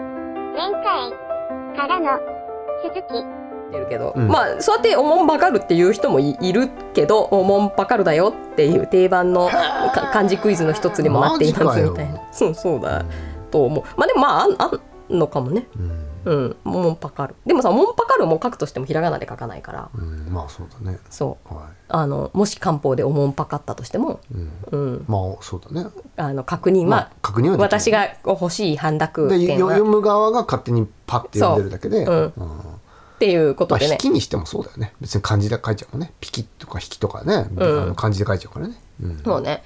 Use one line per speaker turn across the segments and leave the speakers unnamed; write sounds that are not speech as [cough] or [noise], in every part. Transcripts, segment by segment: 前回からの続き。
ってるけど、
うん
まあそうやっておもんばかるっていう人もいいるけどおもんばかるだよっていう定番のか漢字クイズの一つにもなっていま
マジ
す
かよ
みたいなそうそうだと思うまあでもまああんあんのかもね
うん
うんおもんばかるでもさおもんばかるも書くとしてもひらがなで書かないから
うん、まあそうだね
そう
は
あのもし漢方でおもんばかったとしても、
い、うん、
うん、
まあそうだね、
あの確認
ま
は
あ、確認はできない
私が欲しい半濁
で
点
よ
は
読
っ
む側が勝手にパッて読んでるだけで
そううん
ま
ていうこと
あ
で
引
ね
きにしてもそうだよね別に漢字で書いちゃうもんねピキとか引きとかね、
ん
あの漢字で書いちゃうからね、うん
そうね。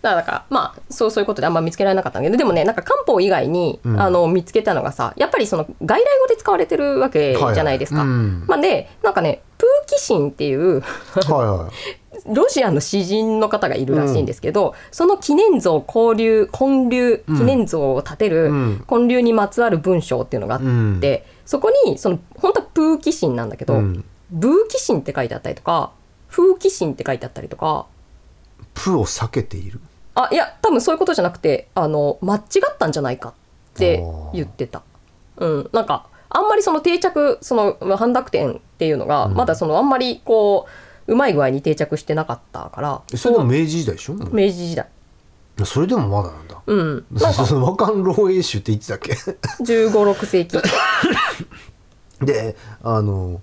だからだからまあそうそういうことであんま見つけられなかったんだけどでもねなんか漢方以外に、
うん
あの見つけたのがさやっぱりその外来語で使われてるわけじゃないですか。
はいはいうん
まあ、でなんかねプーキシンっていう
はいはい
ロシアの詩人の方がいるらしいんですけど、その記念像交流建立記念像を建てる、
うん
建立にまつわる文章っていうのがあって、
うん
そこにその本当はプーキシンなんだけど、
うん
ブーキシンって書いてあったりとか風キシンって書いてあったりとか
プを避けている
あいや多分そういうことじゃなくてあの間違ったんじゃないかって言ってた、うん、なんかあんまりその定着そのまあ半濁点っていうのが、
うん
まだそのあんまりこううまい具合に定着してなかったから
えそれでも明治時代でしょもう
明治時代
それでもまだなんだ
うん
そそその和漢老英宗っていつだっけ
1 5六6世紀
であの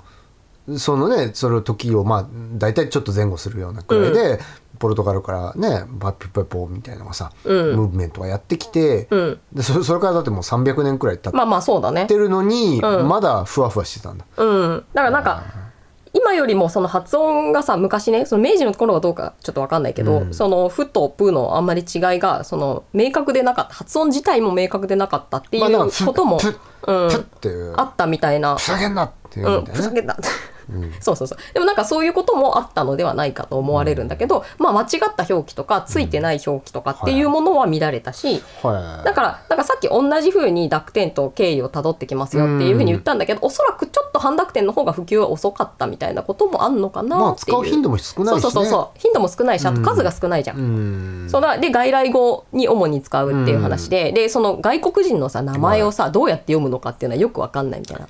そのねその時をまあ大体ちょっと前後するようなくらいで、ポルトガルからねバッピポポみたいなのがさ、
うん
ムーブメントがやってきて、
うん
でそそれからだってもう300年くらい経っ
まあまあそうだね
てるのに、
うん
まだふわふわしてたんだ。
うん、だからなんか今よりもその発音がさ昔ねその明治の頃はどうかちょっとわかんないけど、
うん
その「ふ」と「ぷ」のあんまり違いがその明確でなかった発音自体も明確でなかったってい
まあなん
う
かふ
ことも、
ふ
うん
ふっていう
あったみたいな
ふ。ざけんなっていう
う
み
ん、
た
ふざ
いな。
けた
うん
[laughs] そうそうそうでもなんかそういうこともあったのではないかと思われるんだけど、まあ、間違った表記とかついてない表記とかっていうものは見られたし、
はい。
だからなんかさっき同じ風に濁点と経緯をたどってきますよっていう風に言ったんだけど、おそらくちょっと半濁点の方が普及は遅かったみたいなこともあんのか
ま
な
あ
って
使
いう、
う頻度も少ないしね。
そうそうそうそう頻度も少ないしあと数が少ないじゃん、
うん。
そうだで外来語に主に使うっていう話で、でその外国人のさ名前をさどうやって読むのかっていうのはよくわかんないみたいな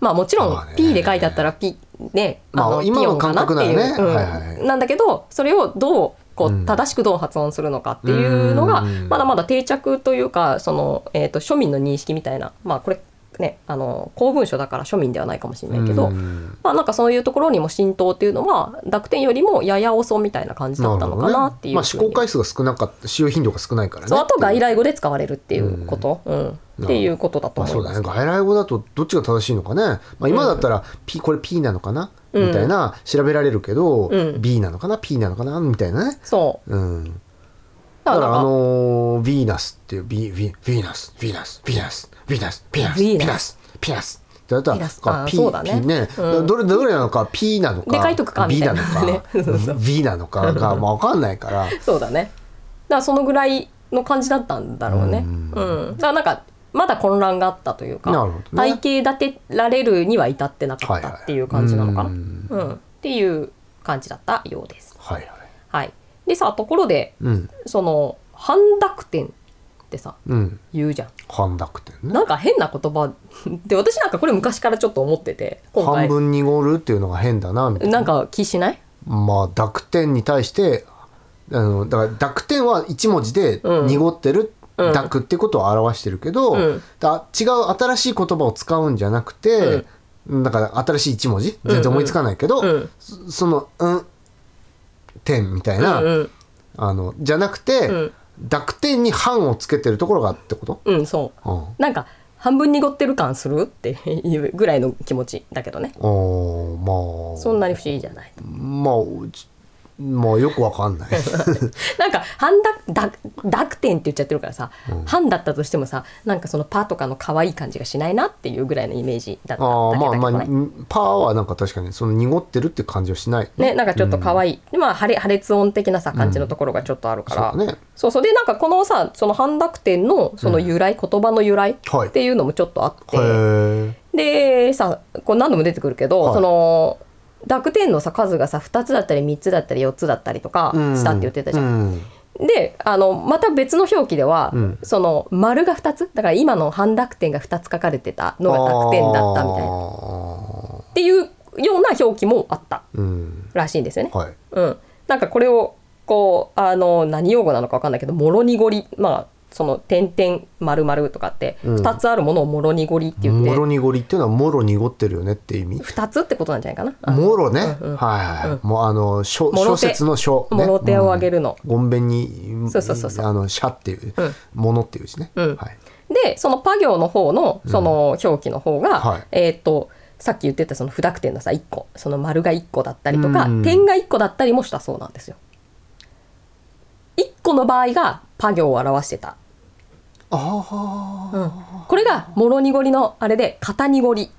まあもちろ
まあ
ん
ね
P で書いてあったら P ね
まあ
あの
今の
ピヨンかなっていう
感覚ならね
うん
はいはい
なんだけどそれをどうこ
うん
う正しくどう発音するのかっていうのが
うん
まだまだ定着というかその、えー、と庶民の認識みたいなまあこれねあの公文書だから庶民ではないかもしれないけど、
うん
まあなんかそういうところにも浸透っていうのは濁点よりもやや遅みたいな感じだったのかなっていう
まあ
ふう
試
に
行回数が少なかった、使用頻度が少ないからね。
そうあと外来語で使われるっていうこと、うん
うん
っていうことだと
まあ
思い
そう
ま
だ
す。
ね外来語だとどっちが正しいのかね、まあ、今だったら P、これ P なのかな
うん
みたいな調べられるけど、
うん
B なのかな P なのかなみたいなね、
そう
うん、
だ
だ
か
からら
なん
あ
か
のー、ヴィーナスっていうビヴィヴィーナスヴィーナスヴィーナスヴィーナスヴィーナス
ヴィ
ヴ
ー
ィー
ナ
ナスヴィーナスってだった
ヴィーナ
ら
スあ
か
ー
P,
そうだね
P ね、
うん
どれどれなのか P なのか
で書いとくか
B
みたい
な
な
のか、
ね
V なのかが、まあ、分かんないから
そうだね。だからそのぐらいの感じだったんだろうね。う
うんん。
だからなんかまだ混乱があったというか、
なるほどね
体系立てられるには至ってなか
は
っ
いは
た
い
っていう感じなのかな。
う
うん
ん
っていう感じだったようです。
はいはい
はい。でさところで
うん
その半濁点ってさ
うん
言うじゃん。
半濁点ね
なんか変な言葉で私なんかこれ昔からちょっと思ってて今
半
回
分濁るっていうのが変だなみたいな
なんか気しない
まあ濁点に対してあのだから濁点は一文字で
うん
濁ってる、
うん
濁ってことを表してるけど、
うん
だ違う新しい言葉を使うんじゃなくて、だから新しい一文字全然思いつかないけど、
うん
そその「うん」点みたいな、
うん
あのじゃなくて、
うん
濁点に「半」をつけてるところがってこと、
うん、うん、そう
うん
なんか半分濁ってる感するって [laughs] いうぐらいの気持ちだけどね
おーまあ
そんなに不思議じゃない
まあちまあよくわ
[laughs]
かんない
なんか半濁濁濁点って言っちゃってるからさ、半だったとしてもさなんかそのパとかの可愛い感じがしないなっていうぐらいのイメージだった
ああ
だけ
まあ
だけど
ま
ね
あにパーはなんか確かにその濁ってるって感じはしない
ね、なんかちょっと可愛い、でまあ破裂破裂音的なさ感じのところがちょっとあるから、
そうだね
そうそうでなんかこのさその半濁点のその由来、言葉の由来
はい
っていうのもちょっとあって、
へえ
でさこう何度も出てくるけど、
はい
その濁点のさ数がさ2つだったり3つだったり4つだったりとか
うん
したって言ってたじゃん。
うん
であのまた別の表記では、
うん
その丸が2つだから今の半濁点が2つ書かれてたのが濁点だったみたいな
な
っていうような表記もあった
うん
らしいんですよね。
はい
うん、なんかこれをこうあの何用語なのかわかんないけど「もろにごり」まあその「点々丸々」とかって
うん
2つあるものを「もろにごり」って言って、
もろ濁りっていうのはもろ濁ってるよねって意味
2つってことなんじゃないかな。あの
もろね、
うんうん
はいはい、
うん
もうあの諸
もろ
諸
手
説の諸ね
もろ手を上げるの、
ごんべんに
そうそうそうそう
あの社っていう、
うん
ものっていう字ね、
うん
はい、
でそのパ行の方のその表記の方が、
はい
えっ、とさっき言ってたその不濁点のさ1個その丸が1個だったりとか、
うん
点が1個だったりもしたそうなんですよ。1個の場合がパ行を表してた。
あ
うんこれがもろ濁りのあれで片濁り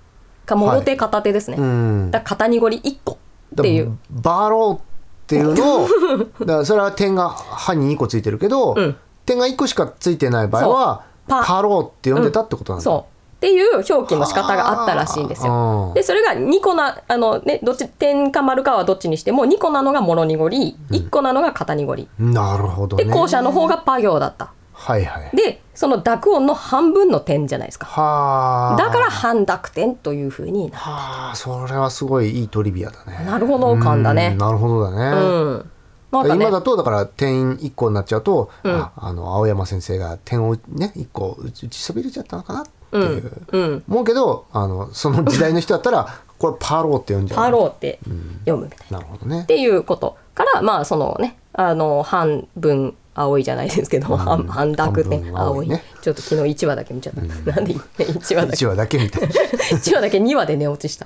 かもろ手片手ですね。
あ、うん、
だから片濁り1個っていう。
バローっていうのを
[laughs]
だからそれは点が歯に2個ついてるけど、
うん
点が1個しかついてない場合は
そうパ
パローって呼んでたってことなんだ、
そうっていう表記の仕方があったらしいんですよ。
よ
でそれが2個なあの、ね、どっち点か丸かはどっちにしても2個なのがもろ濁り1個なのが片濁り、
なるほどね
で後者の方がパ行だった
はいはい
でその濁音の半分の点じゃないですか
はあ
だから半濁点というふうにな
はあそれはすごいいいトリビアだね
なるほど感だね
うんなるほどだね、
うんなんかね
今だとだから点1個になっちゃうと、
うん
ああの青山先生が点をね1個打ちそびれちゃったのかなって
う、
いうん
うん、
思うけどあのその時代の人だったら [laughs] これパローって呼んじゃう
パローって読むみたいな。
なるほどね
っていうことからまあそのねあの半分青いじゃないですけど、
うん
半半濁
半
点
分
青
青
い
いね
ちょっと昨日1話だけ見ちゃった、なんで1話だけ
1話だけみたい
1話だけ2話で寝落ちした、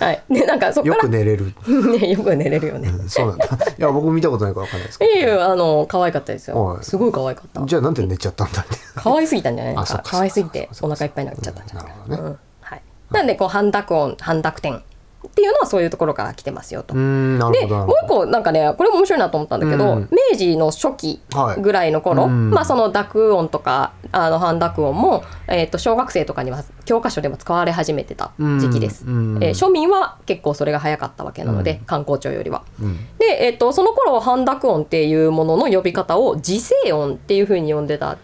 はいでなんかそっか
[laughs] よ
ら
く寝れる
[laughs] ね、よく寝れるよね
そうなんだいや僕見たことないから分かんないです
い
けど
いよあの可愛かったですよ
はい
すごい可愛かった
じゃあなんで寝ちゃったんだって [laughs]
可愛すぎたんじゃない
あ
です
そ
か
っか
可愛すぎて
そ
お
っか
腹
そ
い
っ
っ
か
ぱいになっちゃったんじゃないですか、
なるほ
う
どね
んはい、なんでこう半濁音半濁点っていうのはそういうところから来てますよと
うーんなる
で
ほどな
も
る
う
ほ
一個なんかねこれも面白いなと思ったんだけど、
うん
明治の初期
はい
ぐらいの頃、
うん
まあその濁音とかあの半濁音も、えー、と小学生とかには教科書でも使われ始めてた時期です、
うんうん
えー庶民は結構それが早かったわけなので、
うん
官公庁よりは。
ど、うん
で、えー、とその頃半濁音っていうものの呼び方を時声音っていうふうに呼んでた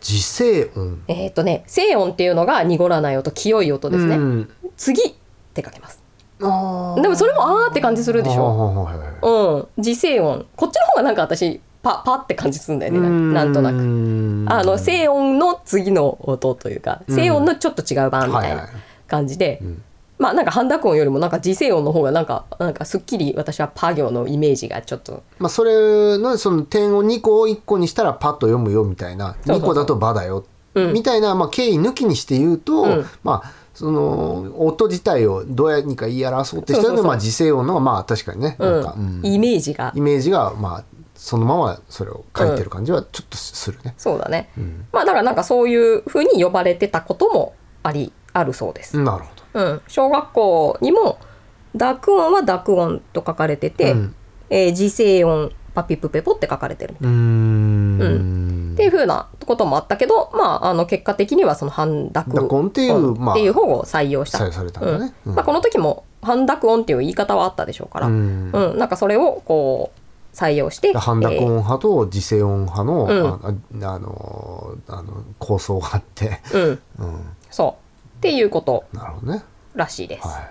時世音
えっ、とね声音っていうのが濁らない音清い音ですね、
うん、
次って書きます
あ
でもそれもあーって感じするでしょ
ょはいはいはい
うん、時声音こっちの方がなんか私パパって感じするんだよねなんなんとなく。
く
あの声音の次の音というか
うん
声音のちょっと違う版みたい
はい
な
はい
感じで、
ん
まあなんか半濁音よりもなんか時声音の方がなんかなんかすっきり私はパ行のイメージがちょっと
まあ、それのその点を2個を1個にしたらパッと読むよみたいな
そうそう
2個だと「ば」だよ
うん
みたいな、まあ、経緯抜きにして言うと、
うん
まあその音自体をどうにか言い表そうってした
そう
の
そうそう
でまあ時世音の方がまあ確かにね
う
なん
ん
か、うん
イメージが
イメージがまあそのままそれを書いてる感じはちょっとするね。
そうだね、
ん
まあだからなんかそういうふうに呼ばれてたこともありあるそうです、
なるほど。
うん、小学校にも濁音は濁音と書かれてて、
うん
えー時声音パピプペポって書かれてる
うーん
っていう風なこともあったけど、まあ、あの結果的にはその半濁
濁音っていうまあ
っていう方を採用した
採用されたんだね
うん
うん
まあ、この時も半濁音っていう言い方はあったでしょうから、
う
うん
ん
なんかそれをこう採用して
半濁音
え
派と時世音派の、
うん
ああのあの構想があって、
ーうん、
うん、
そうっていうこと
なるほどね。
らしいです、
は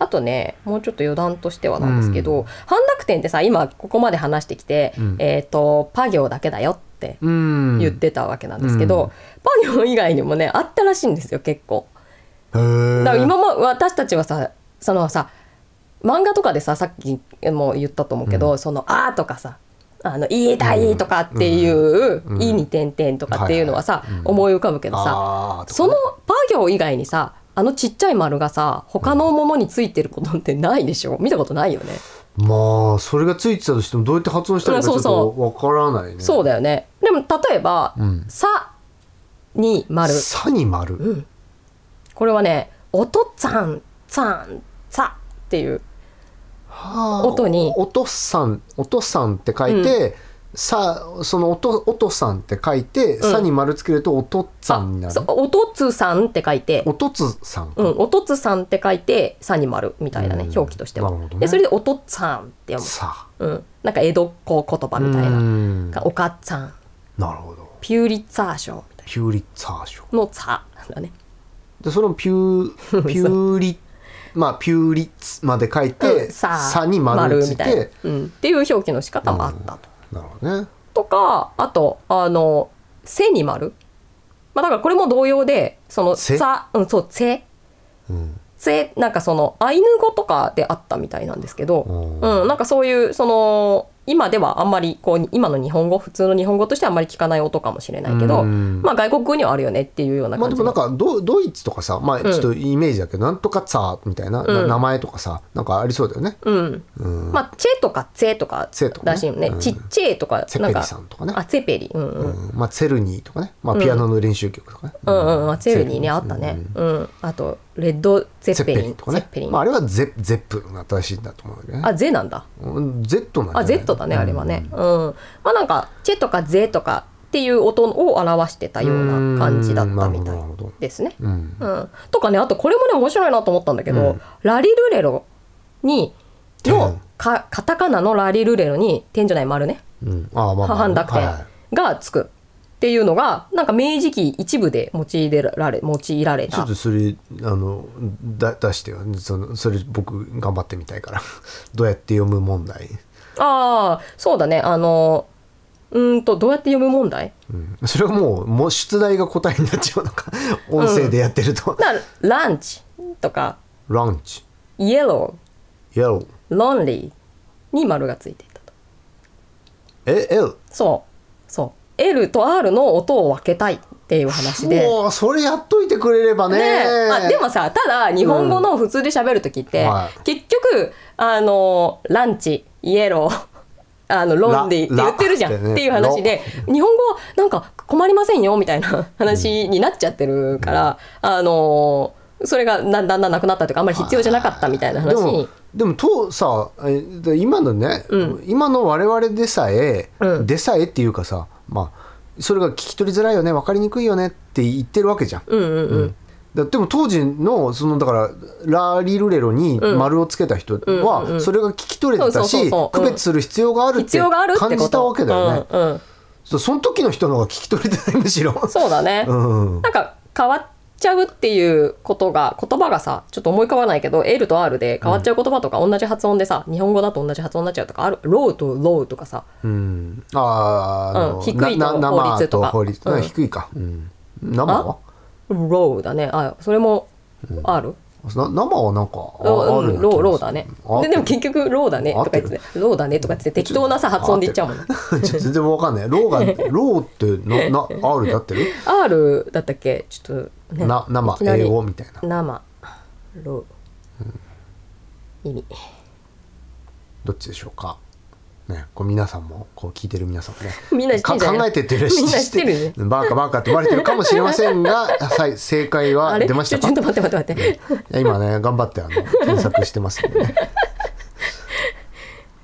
あとねもうちょっと余談としてはなんですけど、
うん
半濁点ってさ今ここまで話してきて、
うん
えっ、とパ行だけだよって
い、うん
言ってたわけなんですけど、
うん
パ行以外にもねあったらしいんですよ結構。
へー
だから今も私たちはさそのさ漫画とかでささっきも言ったと思うけど、その「あ」とかさ「あのいいだい」とかっていう「
うん
い」に点々とかっていうのはさ、
はいはいうん
思い浮かぶけどさ、
あーとか
その「パ行」以外にさあのちっちゃい丸がさ他のものについてることってないでしょ見たことないよね、
まあそれがついてたとしてもどうやって発音したらいいかち
う
ょ
ん
っ
そ
と
う
わからないね。
そうだよねでも例えば
うん
「さ」に「丸
さに丸、
これはね「おとつぁんつぁんさ」っていう
はあ
音に
おおとさんおとさんって書いて、さそのおと「おとさん」って書いて「
うん
さ」に丸つけると「おとっさん」になる
そうおとつさんって書いて
「おとつさん」
うん、おとつさんって書いて「さ」に丸みたいなね
うん
表記としては、
なるほどね
でそれで「おとっさん」って読
さ
む、うん、なんか江戸っ子言葉みたいな
な
「おかっさん」
なるほど
「ピューリッツァー賞」みたい
ピューリッツァー賞
なの「さ」だね
でその
[laughs]
ピューピューリまあピューリッツまで書いて「
さ
さ」に丸つけ
みたいな
て、
うん、っていう表記の仕方もあったと。
なるほどね
とかあとあの「せ」に丸、まあ、だからこれも同様でその「
せ
さ」うんそう「せ」
うん
せなんかそのアイヌ語とかであったみたいなんですけど、
うん
うん、なんかそういうその今ではあんまりこう今の日本語普通の日本語としてはあんまり聞かない音かもしれないけど、
うん
まあ、外国語にはあるよねっていうような
まあ
感
で
じ
も
の
なんかドドイツとかさまあちょっとイメージだけど、なんとか「さ」みたいな、な名前とかさなんかありそうだよね
うん
うん
まあ、チェとかツェとから
チェとかね
らしいよね
うん
ちっちゃいとか
セ
な
ペ
ん
リ
か
さんとかね
あツェペリうんうん、
うんまあ、ツェルニーとかね、まあ、ピアノの練習曲とかね、
うんうんうん、セルにねあった
う
ね
ん、
うんあとレッド・ゼ
ゼ
ッ
ッ
ペ
ペ
リ
リ
ン
ンとか
ゼ
ね
ッペリン、
まあ、あれはゼゼップが正しいんだと思うんだけどね
あゼなんだ
うんゼットなんじゃ
あ
ない
Z だねあれはね
うん
うん、まあなんかチェとかゼとかっていう音を表してたような感じだったみた
う
い
んなるほどなるほど
ですね、
うん
うん、とかねあとこれもね面白いなと思ったんだけど、
うん
ラリルレロに
う
の
ん
かカタカナのラリルレロに点じゃない丸ね
うんああまあまあ
半濁点
はい
がつくっていうのがなんか明治期一部で用いられ用いられ
ちょったとそれあのだ出してよそのそれ僕頑張ってみたいから [laughs] どうやって読む問題、
ああそうだねあのうーんとどうやって読む問題
うん、それはもうもう出題が答えになっちゃうのか音声でやってると、
だからランチとか
ランチ
イエロ
イエロー
ーロンリーに丸がついていたと
え L
そうそう L と R の音を分けたいっていう話で。
もうそれやっといてくれればね
ねあでもさただ日本語の普通で喋る時って、
うんはい
結局あのランチイエロー [laughs] あのロンディって
ラ
言ってるじゃん
ラ
っ
ってね
ていう話で日本語はなんか困りませんよみたいな [laughs] 話になっちゃってるから、あのそれがだんだんだんなくなったというかあんまり必要じゃなかったみたいな話
でも
に。
でもとさえで今のね、
うん
今の我々でさえ、
うん
でさえっていうかさまあそれが聞き取りづらいよね分かりにくいよねって言ってるわけじゃん。
うんうんうん
だでも当時のそのだからラリルレロに丸をつけた人
うんうんう
は
ん
それが聞き取れて
そう
た
そうそう
し
そう
区別する必要があるっ
必
て
要があるってこと
感じたわけだよね。
うんうん
そうその時の人の方が聞き取れてないむしろ。
[laughs] そうだね、
うん
なんか変わっちゃうっていうことが言葉がさちょっと思い浮かばないけど L と R で変わっちゃう言葉とか同じ発音でさ、日本語だと同じ発音になっちゃうとかあるローとローとかさ
うん、あーあの、
うん低いと
なな
法律とか
生法律
うん
低いか、うん、生は
ローだねあそれも R、
な生はなんかあ
ロ
ある
ー
ような気がす
ロー
る
ローだね
あ
でで
[laughs]
も結局ローだねとか言って
合
てローだねとか言って適当なさ発音で言っちゃうもんね
ちょっと全然わかんないロー
[laughs]
がローってなな R だってる
R だったっけちょっとね
な生
いきなり
英語みたいな
生ロー、意味
どっちでしょうかねこう皆さんもこう聞いてる皆さんもね
みんな知ってんじゃ
か
ない
考えてってる
みんな知ってるね
バーカバーカって言われてるかもしれませ
[laughs]
んがはい正解
あ
は
れ
出ました
ちょ
か
ちょっと待って待って待って
いや今ね頑張ってあの検索してますんでね、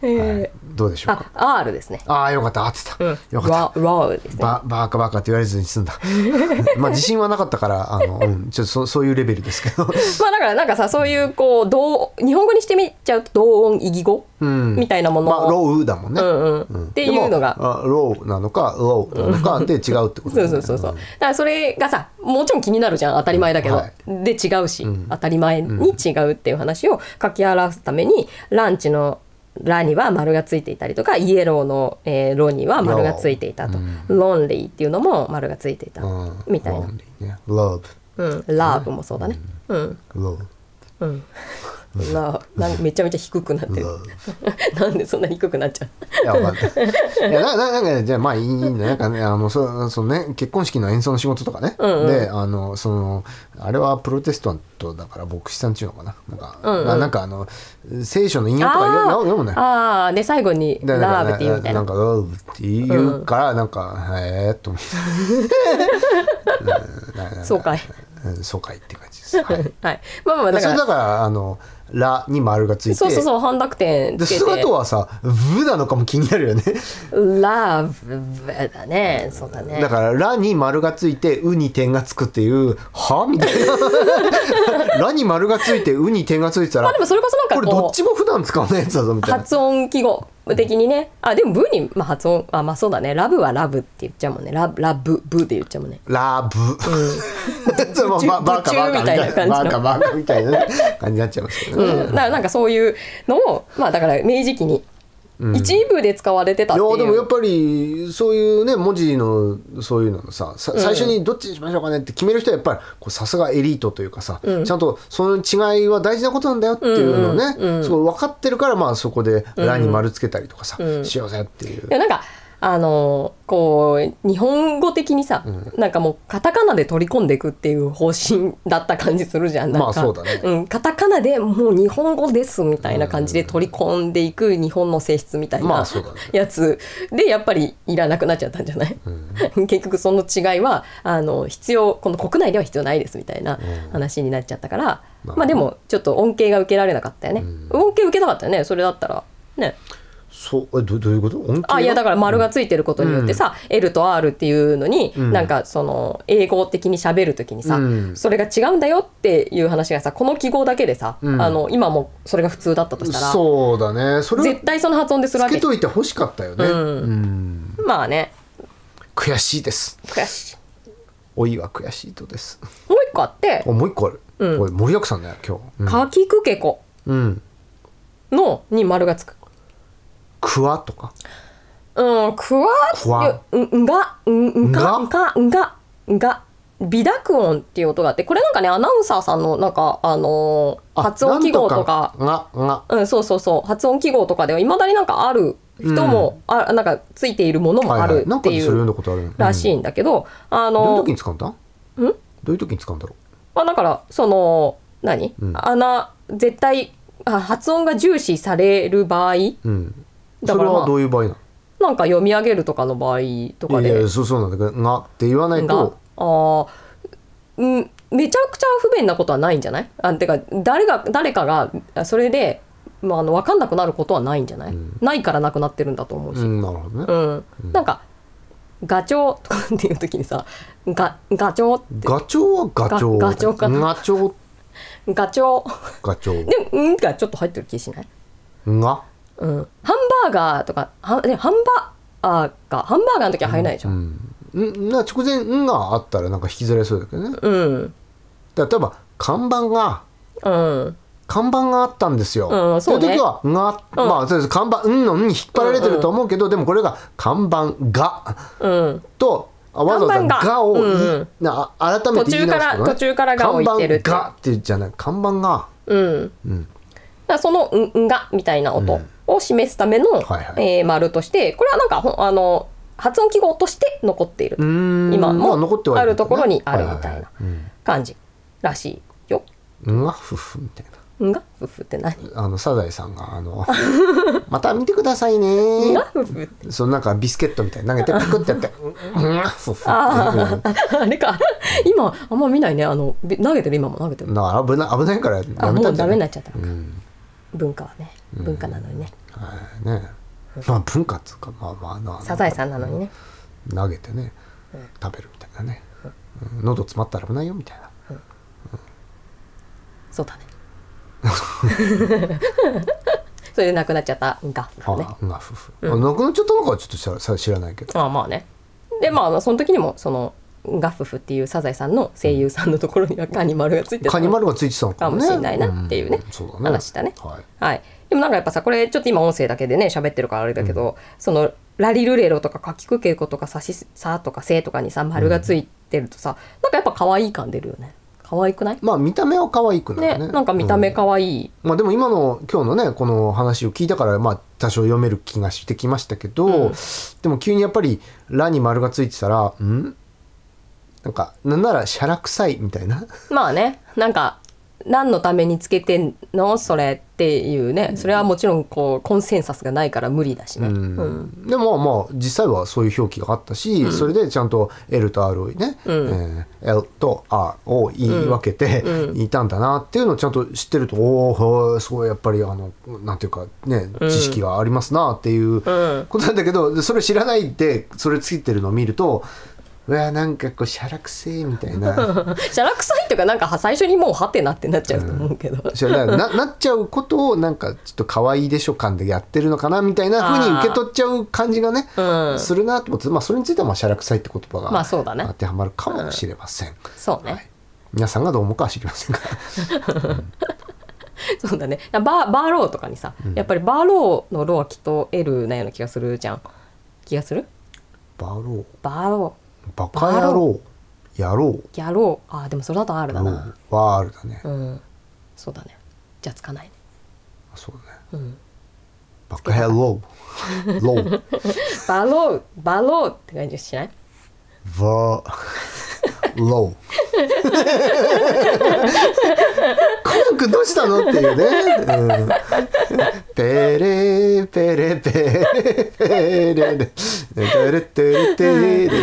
えー
はいどうでしょうか
あ R ですね
ああーよかった合ってた、よかった
たララーですね
ババーカバーカって言われずに済んだ [laughs] まあ自信はなかったからあの、うん、ちょっとそそういうレベルですけど
まあだからなんかさそういうこう同日本語にしてみちゃうと同音異義語、
うん
みたいなもの
まあロウだもんね、
うんうんっていうのが
でもあローなのかローなのかで違うってこと
そ
だよ
う
ね
そうそうそうだからそれがさもちろん気になるじゃん当たり前だけど、
は
で違うし、当たり前に違うっていう話を書き表すために、ランチの「ラ」には丸がついていたりとかイエローの「えーロ」には丸がついていたと「ロンリー」っていうのも丸がついていた、
うん
みたいな
ローねロ
うん、ラーブもそうだね、うん、
ーロー
ラーなんかめちゃめちゃ低くなってる
ロ
[laughs]
ー
なんでそんな低くなっちゃう
いやわかんないいやなななんかねじゃあまあいいんだなんかねあのそそのね結婚式の演奏の仕事とかね、であのそのあれはプロテスタントだから牧師さんっていうのかななんか、あなんかあの聖書の引用とか読む読むのよ
ああで最後に「
で
ラーブ」って言うみたい
な
なん
かラブって言うから、なんかへえと思ってうんなな
そうかい
うんそうかいって感じです、はい、
[laughs] はいまあまあだ
それ
から
だからあの「ラ」に丸がついて
そうそうそう半濁点
で
つけて
姿はさ「ブ」なのかも気になるよね
ラブだねそうだね
だから「ラ」に丸がついて「う」に点がつくっていう「は」みたい
[laughs]
な「ラ」に丸がついて「う」に点がついてた
ま
ら
あでもそれこそなんか
こ
こう
れどっちも普段使わないやつだぞみたいな
発音記号的にねあでも「ブ」に、まあ、発音あまあそうだね「ラブ」は「ラブ」って言っちゃうもんね「ラブ」ラブ「ブ」って言っちゃうもんね
ラブ。 [laughs] そ
[laughs]
うまあババカバカみたいなバカバカみたいなね感じになっちゃいますけどね。
うん、だからなんかそういうのをまあだから明治期に一部で使われてたっ
い
ていう、
やでもやっぱりそういうね文字のそういうののささ最初にどっちにしましょうかねって決める人はやっぱりこうさすがエリートというかさ、ちゃんとその違いは大事なことなんだよっていうのをね、すごい分かってるからまあそこで「ら」に丸つけたりとかさ、しようぜっていう。
でもなんかあのこう日本語的にさ、なんかもうカタカナで取り込んでいくっていう方針だった感じするじゃんなんか
まあそうだね
うん、カタカナでもう日本語ですみたいな感じで取り込んでいく日本の性質みたい
まあ
な
そうだね
やつでやっぱりいらなくなっちゃったんじゃない、結局その違いはあの必要この国内では必要ないですみたいな話になっちゃったから、
うん
まあでもちょっと恩恵が受けられなかったよね、恩恵受けなかったよねそれだったらね
そうえどどういうこと音
あいやだから丸がついてることによってさ、L と R っていうのに、
うん
なんかその英語的に喋るときにさ、
うん
それが違うんだよっていう話がさこの記号だけでさ、
うん
あの今もそれが普通だったとしたら
そうだねそれを
絶対その発音でする
つ
わ
け
け
といて欲しかったよね。
うん
うん、
まあね
悔しいです。
悔しい
おいは悔しいとです。
もう一個あって
あもう一個ある。
うん
おい盛りだくさんだよ今
「か
日。
きくけこ
うん。うん。」
のに丸がつく。
くわとか。
うん、くわ
くわ
うんうんがうんうんか
んが
うんかうんがうんが微濁音っていう音があってこれなんかねアナウンサーさんのなんかあのー
あ
発音記号
な
と
ん
か
がが。
うん、そうそうそう発音記号とかではいまだになんかある人も、あなんかついているものもある
なん
って
かで
い
それ読ん
う
だことあるよ。
らしい
うん
んだけど、あ
どういう
の
時に使うんだ？どういう時に使うんだろ
まあ、だからその何、
うん
穴絶対あ発音が重視される場合
う。うん。
だ
そ
か
れ
らまあ
はどういう場合な
なんか読み上げるとかの場合と
の？
か
い
で
やいやそうそうなんだけどがって言わない
が
と。
あーうんめちゃくちゃ不便なことはないんじゃないあてか誰が誰かがあそれで、まあ、あの分かんなくなることはないんじゃない、ないからなくなってるんだと思うし。
うんなるほどね。
うん、なんか「ガチョウ」とかっていう時にさ「ガガチョウ」って
ガチョウはガチョウ。
がガチョウか
ガチョウ
「ガチョウ
ガチ」ョ
でも「うん」がちょっと入ってる気しない、
ウ。が。
うん、ハンバーガーとかはでハンバーガーハンバーガーの時は入らないでしょ、
う
うん
ん。んな直前んがあったらなんか引きずられそうだけどね。
うん
だから例えば看板が。
うん
看板があったんですよ。
うんそうね
という時は「が」まあそうです看板「うん」の「うん」に引っ張られてると思うけど、でもこれが「看板が
うん」
とあわざわざ「
看板が
が」をい、
うんうん
なあ改めて言い直すとね
途中から途中からがを言ってるって
看板がってじゃない看板が
うん
うん
だからその「うんうんが」みたいな音を示すための、
はいはい
えー丸としてこれはなんかほんあの発音記号として残っている
うーん
今
まあ残って
も
はい
あ
る
る
けどね
ところにあるみたいな
ははは
感じらしいよ。
うん、がふふみたいな。
うんがふふって何
あのサザエさんがあの [laughs] また見てくださいね
がふふって
そのなんかビスケットみたいに投げてピクってやって「うんがふふ」うん
あ [laughs] れか今あんま見ないねあのび投げてる今も投げてる
だから危ない危ないからやめた
あ
んじ
も
ゃ
うダメになっちゃった
う
のか、
ん
文化はね文化なのにね、
はいねまあ文化っつうかまあまあな
サザエさんなのにね
投げてね食べるみたいなね、うん喉詰まったら危ないよみたいな
そう [laughs] だねそれでなくなっちゃったんか
あ、
ね
あなふふ、あなくなっちゃったのかはちょっと知らさ知らないけど
ああまあねでまあその時にもそのガフフっていうサザエさんの声優さんのところにはカニ丸がついてた
カニ丸がついてたのかも,、ね、
かもしれないなっていうね
んそうだね
話だね
はい
はい、でもなんかやっぱさこれちょっと今音声だけでね喋ってるからあれだけど、そのラリルレロとかかきくけことかさしさとかせとかにさ丸がついてるとさ、なんかやっぱ可愛い感出るよね可愛くない
まあ見た目は可愛くな
ね
るね
なんか見た目
うん
可愛い、
まあでも今の今日のねこの話を聞いたからまあ多少読める気がしてきましたけど、
うん
でも急にやっぱり「ラ」に丸がついてたら「ん?」なんかなんなら「しゃらくさい」みたいな
まあねなんか何のためにつけてんのそれっていうねそれはもちろんこうコンセンサスがないから無理だしね、
うんでもまあ実際はそういう表記があったし、それでちゃんと L と R をね、えー L と R を言い分けていたんだなっていうのをちゃんと知ってると、おおーすごいやっぱりあのなんていうかね知識がありますなっていうことなんだけど、それ知らないでそれついてるのを見るとうわなんかこうしゃらくせえみたいな。 [laughs]
しゃらくさいというかなんか最初にもうハテナってなっちゃうと思うけど、
そうだからななっちゃうことをなんかちょっと可愛いでしょ感でやってるのかなみたいなふうに受け取っちゃう感じがね、
うん
するなと思って、まあ、それについてはまあしゃらくさいって言葉が
まあそうだね
当てはまるかもしれません、
そうね、
はい、皆さんがどう思うかは知りませ
[laughs]
んが
そうだねバーバーローとかにさ、やっぱりバーローのローはきっと L なような気がするじゃん気がする
バロー
バーロ
バカ野郎野郎
ーギャローあーでもそれだと R だな
はあるだね、
うんそうだねじゃあつかないね
そうだね、バカ野郎ロー
バローバローって感じしない
バーローコナン君どうしたのっていうね、うん、ペレペレペレペレレペレテレテレテ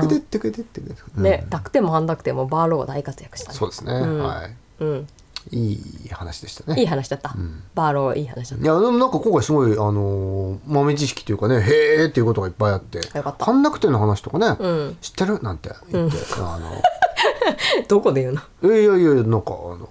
クテテクテテクテうん
ね、濁点も半濁点もバーローは大活躍したね
そうですね、
ん
はい
うん、
いい話でしたね
いい話だった、バーローいい話だっ
いやでもなんか今回すごい、あのー豆知識というかねへーっていうことがいっぱいあって
よかった
半楽天の話とかね、
ん
知ってるなんて言って、あの
たどこで言うの
いやいやいやなんかあの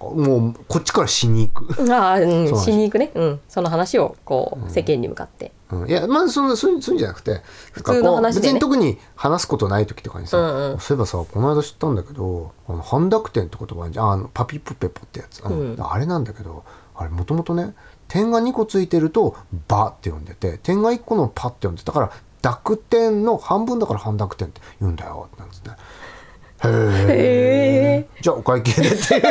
もうこっちからしに行く、
ああ、うん、
そう
しに行くね、うん、その話をこう世間に向かって、
うん、いやまあそんなそういうんそういうんじゃなくて普
通の話でね
別に特に話すことない時とかにさ、
うんうん
そういえばさこの間知ったんだけどあの半濁点って言葉あるじゃんああのパピプペポってやつ、うん
う
あれなんだけどあれもともとね点が2個ついてると「ば」って呼んでて点が1個の「パ」って呼んでたから濁点の半分だから半濁点って言うんだよなんつって。へ
へ
え。じゃあお会計でっていう。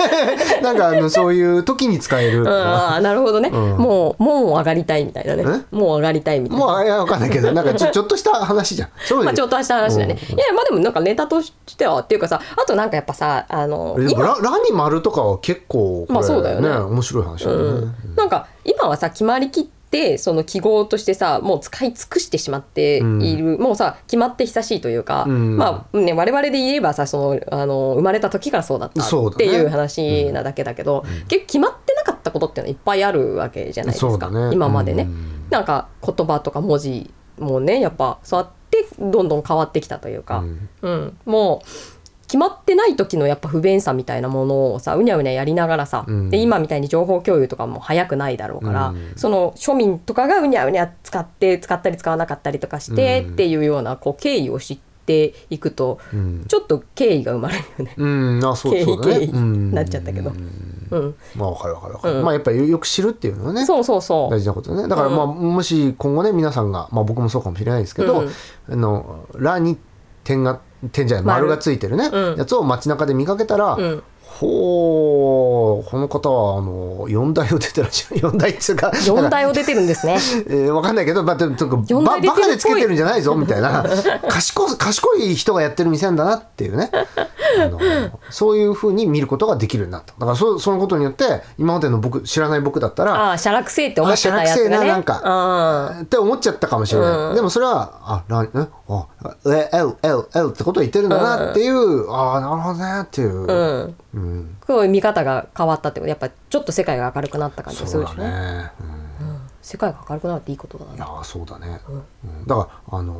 [laughs] なんかあのそういう時に使える。
うん、ああなるほどね、
ん
もうもう上がりたいみたいなね
え
もう上がりたいみたいな
もうあれは分かんないけどなんかちょちょっとした話じゃん。そう
まあ、ちょっとした話だね、
う
い
ん
やまあでもなんかネタとしてはっていうかさあとなんかやっぱさあの
えで
今、
もララに丸とかは結構これ、
まあそうだよね
面白い話だ
う
よね
ん。、なんか今はさ決まりきってその記号としてさもう使い尽くしてしまっている、もうさ決まって久しいというか、
うん
まあね我々で言えばさそのあの生まれた時からそうだった
そう
っ
だね
ていう話なだけだけど結局決まってなかったことっていうのいっぱいあるわけじゃないで
そ
す
うだ
か、
ね。
今までね。
うん
なんか言葉とか文字もねやっぱそうやってどんどん変わってきたというか、
うん
うん、もう決まってない時のやっぱ不便さみたいなものをさうにゃうにゃやりながらさ、
うん
で今みたいに情報共有とかも早くないだろうから、
うん
その庶民とかがうにゃうにゃ使って使ったり使わなかったりとかして、
うん
っていうようなこう経緯を知っていくと
うん
ちょっと敬意が生まれるよね。
うん、あそうそうだね
経緯経緯
うん
なっちゃったけど
うん
うん、
まあわかるわかるわかる、
うん
まあやっぱりよく知るっていうのはね
そうそうそ
大
う
事なことねだから
うん
まあ、もし今後ね皆さんが、まあ、僕もそうかもしれないですけど、
うん
あのラに点が点じゃない
丸
丸がついてるね、
うん
やつを街中で見かけたら、
うん
ほうこの方はあの四大を出てらっしゃる [laughs] 四大っていうか
四
なんか
大を出てるんです
[laughs]
ね。
えー、わかんないけど、まあ、でもとにかく
四
ば
大出てるっ
バ
ぽい
カでつけてるんじゃないぞみた
[laughs]
いな賢い賢い人がやってる店なんだなっていうねあのそういうふうに見ることができるようになっただからそそのことによって今までの僕知らない僕だったら
ああしゃらくせえって思ってたやつ
あしゃらくせえ
が
な
ね。
なん
か
って思っちゃったかもしれない、
うん
でもそれはあランえあえ LLL ってことを言ってるんだなっていう、ああなるほどねっていう、
うん、うん、
うん
すごい見方が変わったってことやっぱちょっと世界が明るくなった感じがす
そう
るでし
だ
ょ
ね、うん
世界が明るくなるっていいことだ
い
な
やーそうだね、うんだからあの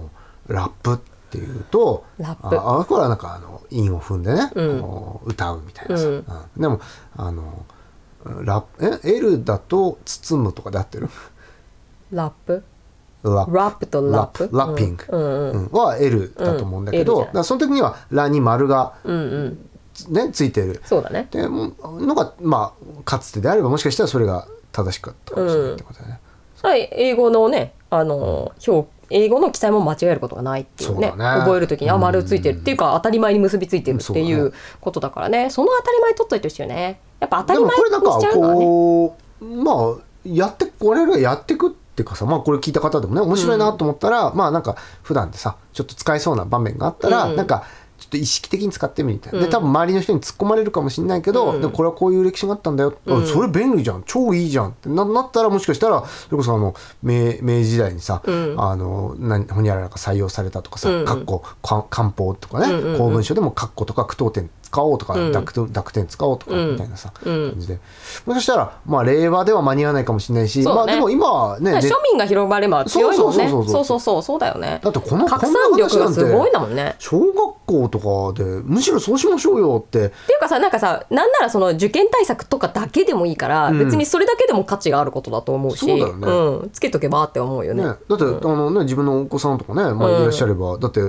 ラップっていうと
ラップ
ああこれはなんかあの韻を踏んでね、
うん
こう歌うみたいなさ、
うん
うんでもあのラップえ L だと包むとかで合ってる [laughs]
ラップ
ラップ
ラップとラップ
ラップラッピング
うんうん
うんは L だと思うんだけど、
うん L じゃん
だからその時には「ラ」に丸が、
うんうん
ね、ついてる
そうだね
でものが、まあ、かつてであればもしかしたらそれが正しかったかもしれないってことだね。
はい英語のねあの表英語の記載も間違えることがないっていうね
そうだね
覚える時にあ丸ついてるっていうか当たり前に結びついてるってい
そう
う
だ
ことだからねその当たり前取っといてほしいよねやっぱ当た
で
り
も
前
これなんか
にしちゃうのはね
こう、まあやって我々がやってくっていうかさ、まあ、これ聞いた方でもね面白いなと思ったら、まあなんか普段でさちょっと使えそうな場面があったら、
うん
なんかちょっと意識的に使ってみるみたいな、で多分周りの人に突っ込まれるかもしれないけど、でもこれはこういう歴史があったんだよ、あそれ便利じゃん超いいじゃんってななったらもしかしたらそれこそあの明明治時代にさ、あの何ほにゃららが採用されたとかさ、かっこか漢方とかね、公文書でもかっことか句読点使おうとか、濁点濁点使おうとかみたいなさ、感じでもしかしたら、まあ、令和では間に合わないかもしれないし、
そうね
まあでも今はね
庶
で
民が広まれば強いもんね
そうそうそうそう
そうそうそうだよね
だってこの
拡散力がすごいんだもんね
小学校とかでむしろそうしましょうよって
っていうかさなんかさなんならその受験対策とかだけでもいいから、
ん
別にそれだけでも価値があることだと思うし
そうだよね
ん、つけとけばって思うよね
ね、だって、あのね、自分のお子さんとかね、まあ、いらっしゃれば、だって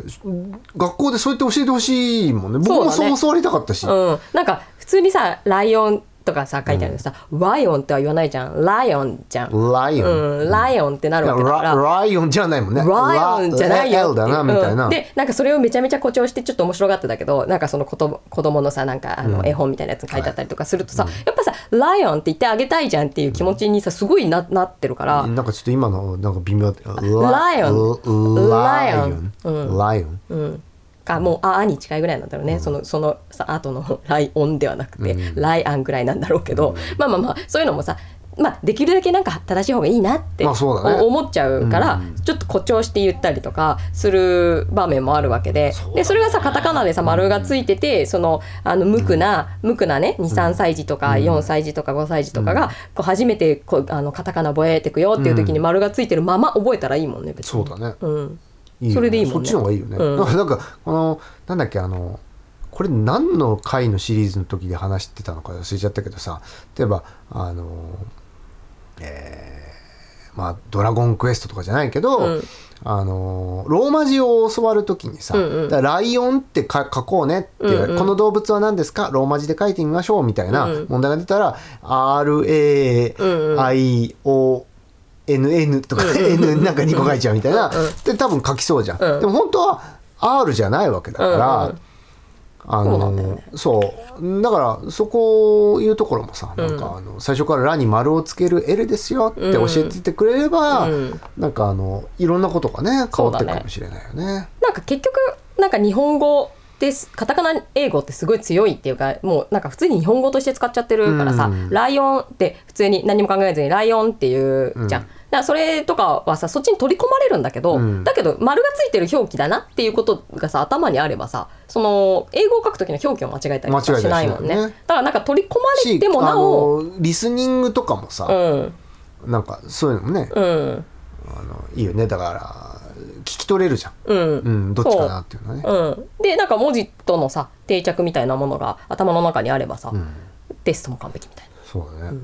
学校でそうやって教えてほしいもんね僕も
そうだね
そう教わりたかったし、
うん、なんか普通にさライオンとかさ書いてあるけどさ、ワイオンっては言わないじゃんライオンじゃん、
ライオン、
うん、ライオンってなるわけだか
ラ
ら
ライオンじゃないもんね
ライオンじゃないよ
ラライオンだなみたいな、
うんでなんかそれをめちゃめちゃ誇張してちょっと面白がってたけどなんかその子と子供のさなんかあの絵本みたいなやつ書いてあったりとかするとさ、やっぱさライオンって言ってあげたいじゃんっていう気持ちにさすごいななってるから、
なんかちょっと今のなんか微妙だった
ライオ
ンライオ
ラ
ン
イオン
ライオン
かもう「あ」あに近いぐらいなんだろうね、そのそのさ後の [laughs] 「ライオン」ではなくて「ライアン」ぐらいなんだろうけど、まあまあまあそういうのもさまあ、できるだけなんか正しい方がいいなって
まあそうだね
お思っちゃうから、ちょっと誇張して言ったりとかする場面もあるわけでそ,、でそれがさカタカナでさ丸がついててそのあの無垢な、無垢なね23歳児とか4歳児とか5歳児とかが、こう初めてこうあのカタカナ覚えてくよっていう時に丸がついてるまま覚えたらいいもんね別に。
そうだね
うん
いいよ
それでいいもんね
そっちの方がいいよね、
うん
なんかなんかこのなんだっけあのこれ何の回のシリーズの時で話してたのか忘れちゃったけどさ例えばあのえーまあ「ドラゴンクエスト」とかじゃないけど、
うん
あのローマ字を教わる時にさ「
うんうん
だからライオン」ってか書こうねって、
うんうん
この動物は何ですかローマ字で書いてみましょうみたいな
うん
問題が出たら「RAIO」NN とか N なんか2個書いちゃうみたいなで多分書きそうじゃん、
うん
でも本当は R じゃないわけだから、
うんうん
あ
そうなんだよ
の
ね
そうだからそこいうところもさなんかあの最初から「ラ」に丸をつける「L」ですよって教えててくれれば、
うん
なんかあのいろんなことがね変わって
そうだ
る
ね
かもしれないよね。
なんか結局なんか日本語ですカタカナ英語ってすごい強いっていうかもうなんか普通に日本語として使っちゃってるからさ、
うん
ライオンって普通に何も考えずにライオンっていうじゃん、
うん
だからそれとかはさそっちに取り込まれるんだけど、
うん
だけど丸がついてる表記だなっていうことがさ頭にあればさその英語を書く時の表記を間違えたりとかしないもんね
間違えたりしないよ
だ
ね
からなんか取り込まれ
して
もなお
あのリスニングとかもさ、
うん
なんかそういうのもね
うん
あのいいよねだから聞き取れるじゃん、
うん
うん、どっちかなっていうのはね。
うん、でなんか文字とのさ定着みたいなものが頭の中にあればさ、
うん
テストも完璧みたいな。
そうだね、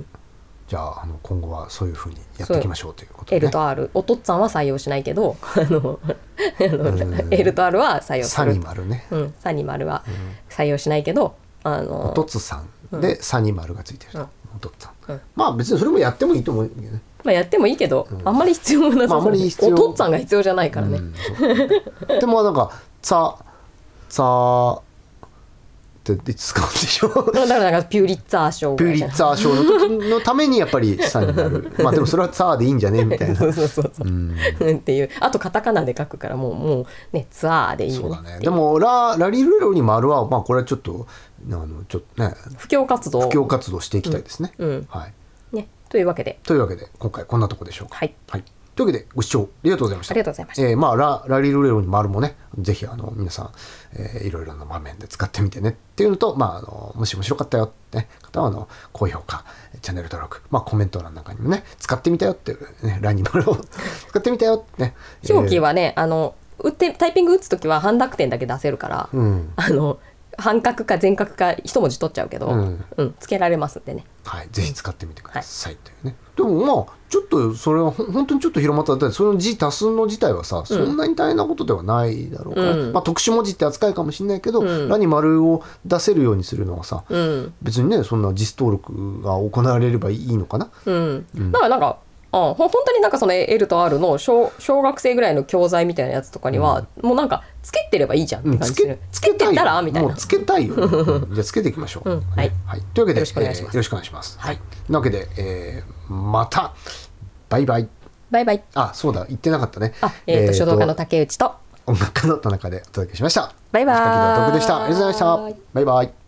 じゃああの今後はそういうふうにやっていきましょうということで、ね、
L と R おとっつぁんは採用しないけどあのあの L と R は採用す
サニ
る
マルね
うんサニマルは採用しないけどあ
おと
の、
つさんで、サニマルがついてると、
うん
おとつさん、
うん
まあ別にそれもやってもいいと思うけどね
まあ、やってもいいけど、あんまり必要なさ
まああ
そうだ
んま
ね
り必要
おとっつぁんが必要じゃないからね、
うんそうでもなんか「さ」「さ」っていつ使うん
[laughs]
でしょう
だからなんかピューリッツァー賞
ピューリッツァー賞の時のためにやっぱり「さ」に
[laughs]
なるまあでもそれは「さ」でいいんじゃねみたいな
そうそうそうそう、っていうあとカタカナで書くからもうもうねツアーでいい
そう
よ
だ
ね
ねでもラ「ラリルロに丸はまあこれはちょっとあのちょっとね
布教活動
布教活動していきたいですね、
うんうん
はい
ねというわけで
というわけで今回こんなとこでしょうか。
はい
というわけでご視聴ありがとうございました。
ありがとうございました
えーまあララリルレロに丸もねぜひあの皆さん、えーいろいろな場面で使ってみてねっていうのと、まあ、あのもし面白かったよって、ね、方はあの高評価チャンネル登録、まあ、コメント欄なんかにもね使ってみたよっていう、ね、ラに丸を [laughs] 使ってみたよってね。
表記
は、
はね、あの打ってタイピング打つ時は半濁点だけ出せるから、
うん
あの半角か全角か一文字取っちゃうけど、
う
うんんつけられますんでね
はい、ぜひ使ってみてくださいというね、でもまあちょっとそれはほん本当にちょっと広まっただってその字多数の自体はさ、そんなに大変なことではないだろうから、
うん
まあ、特殊文字って扱いかもしれないけど「
うん
ラ」に丸を出せるようにするのはさ、
うん
別にねそんな実登録が行われればいいのかな、
うん、だからなんかあほ本当になんかその L と R の小小学生ぐらいの教材みたいなやつとかには、もうなんかつけてればいいじゃんっ
う
て
ん
感
つ
じする、
け
つけて
い
たらみたい
も
な
うつけたい
[laughs]
よ、うんじゃあつけていきましょう、
うんはい
というわけで
よろしくお願いします
えーよろしくお願いします、
はい
なわけで、えーまたバイバイ
バイバイ
あそうだ言ってなかったね
あ、えーと書道家の竹内と
音楽家の田中でお届けしました。
バイバ
石
ーイ
垣道徳でしたありがとうございましたバイバイ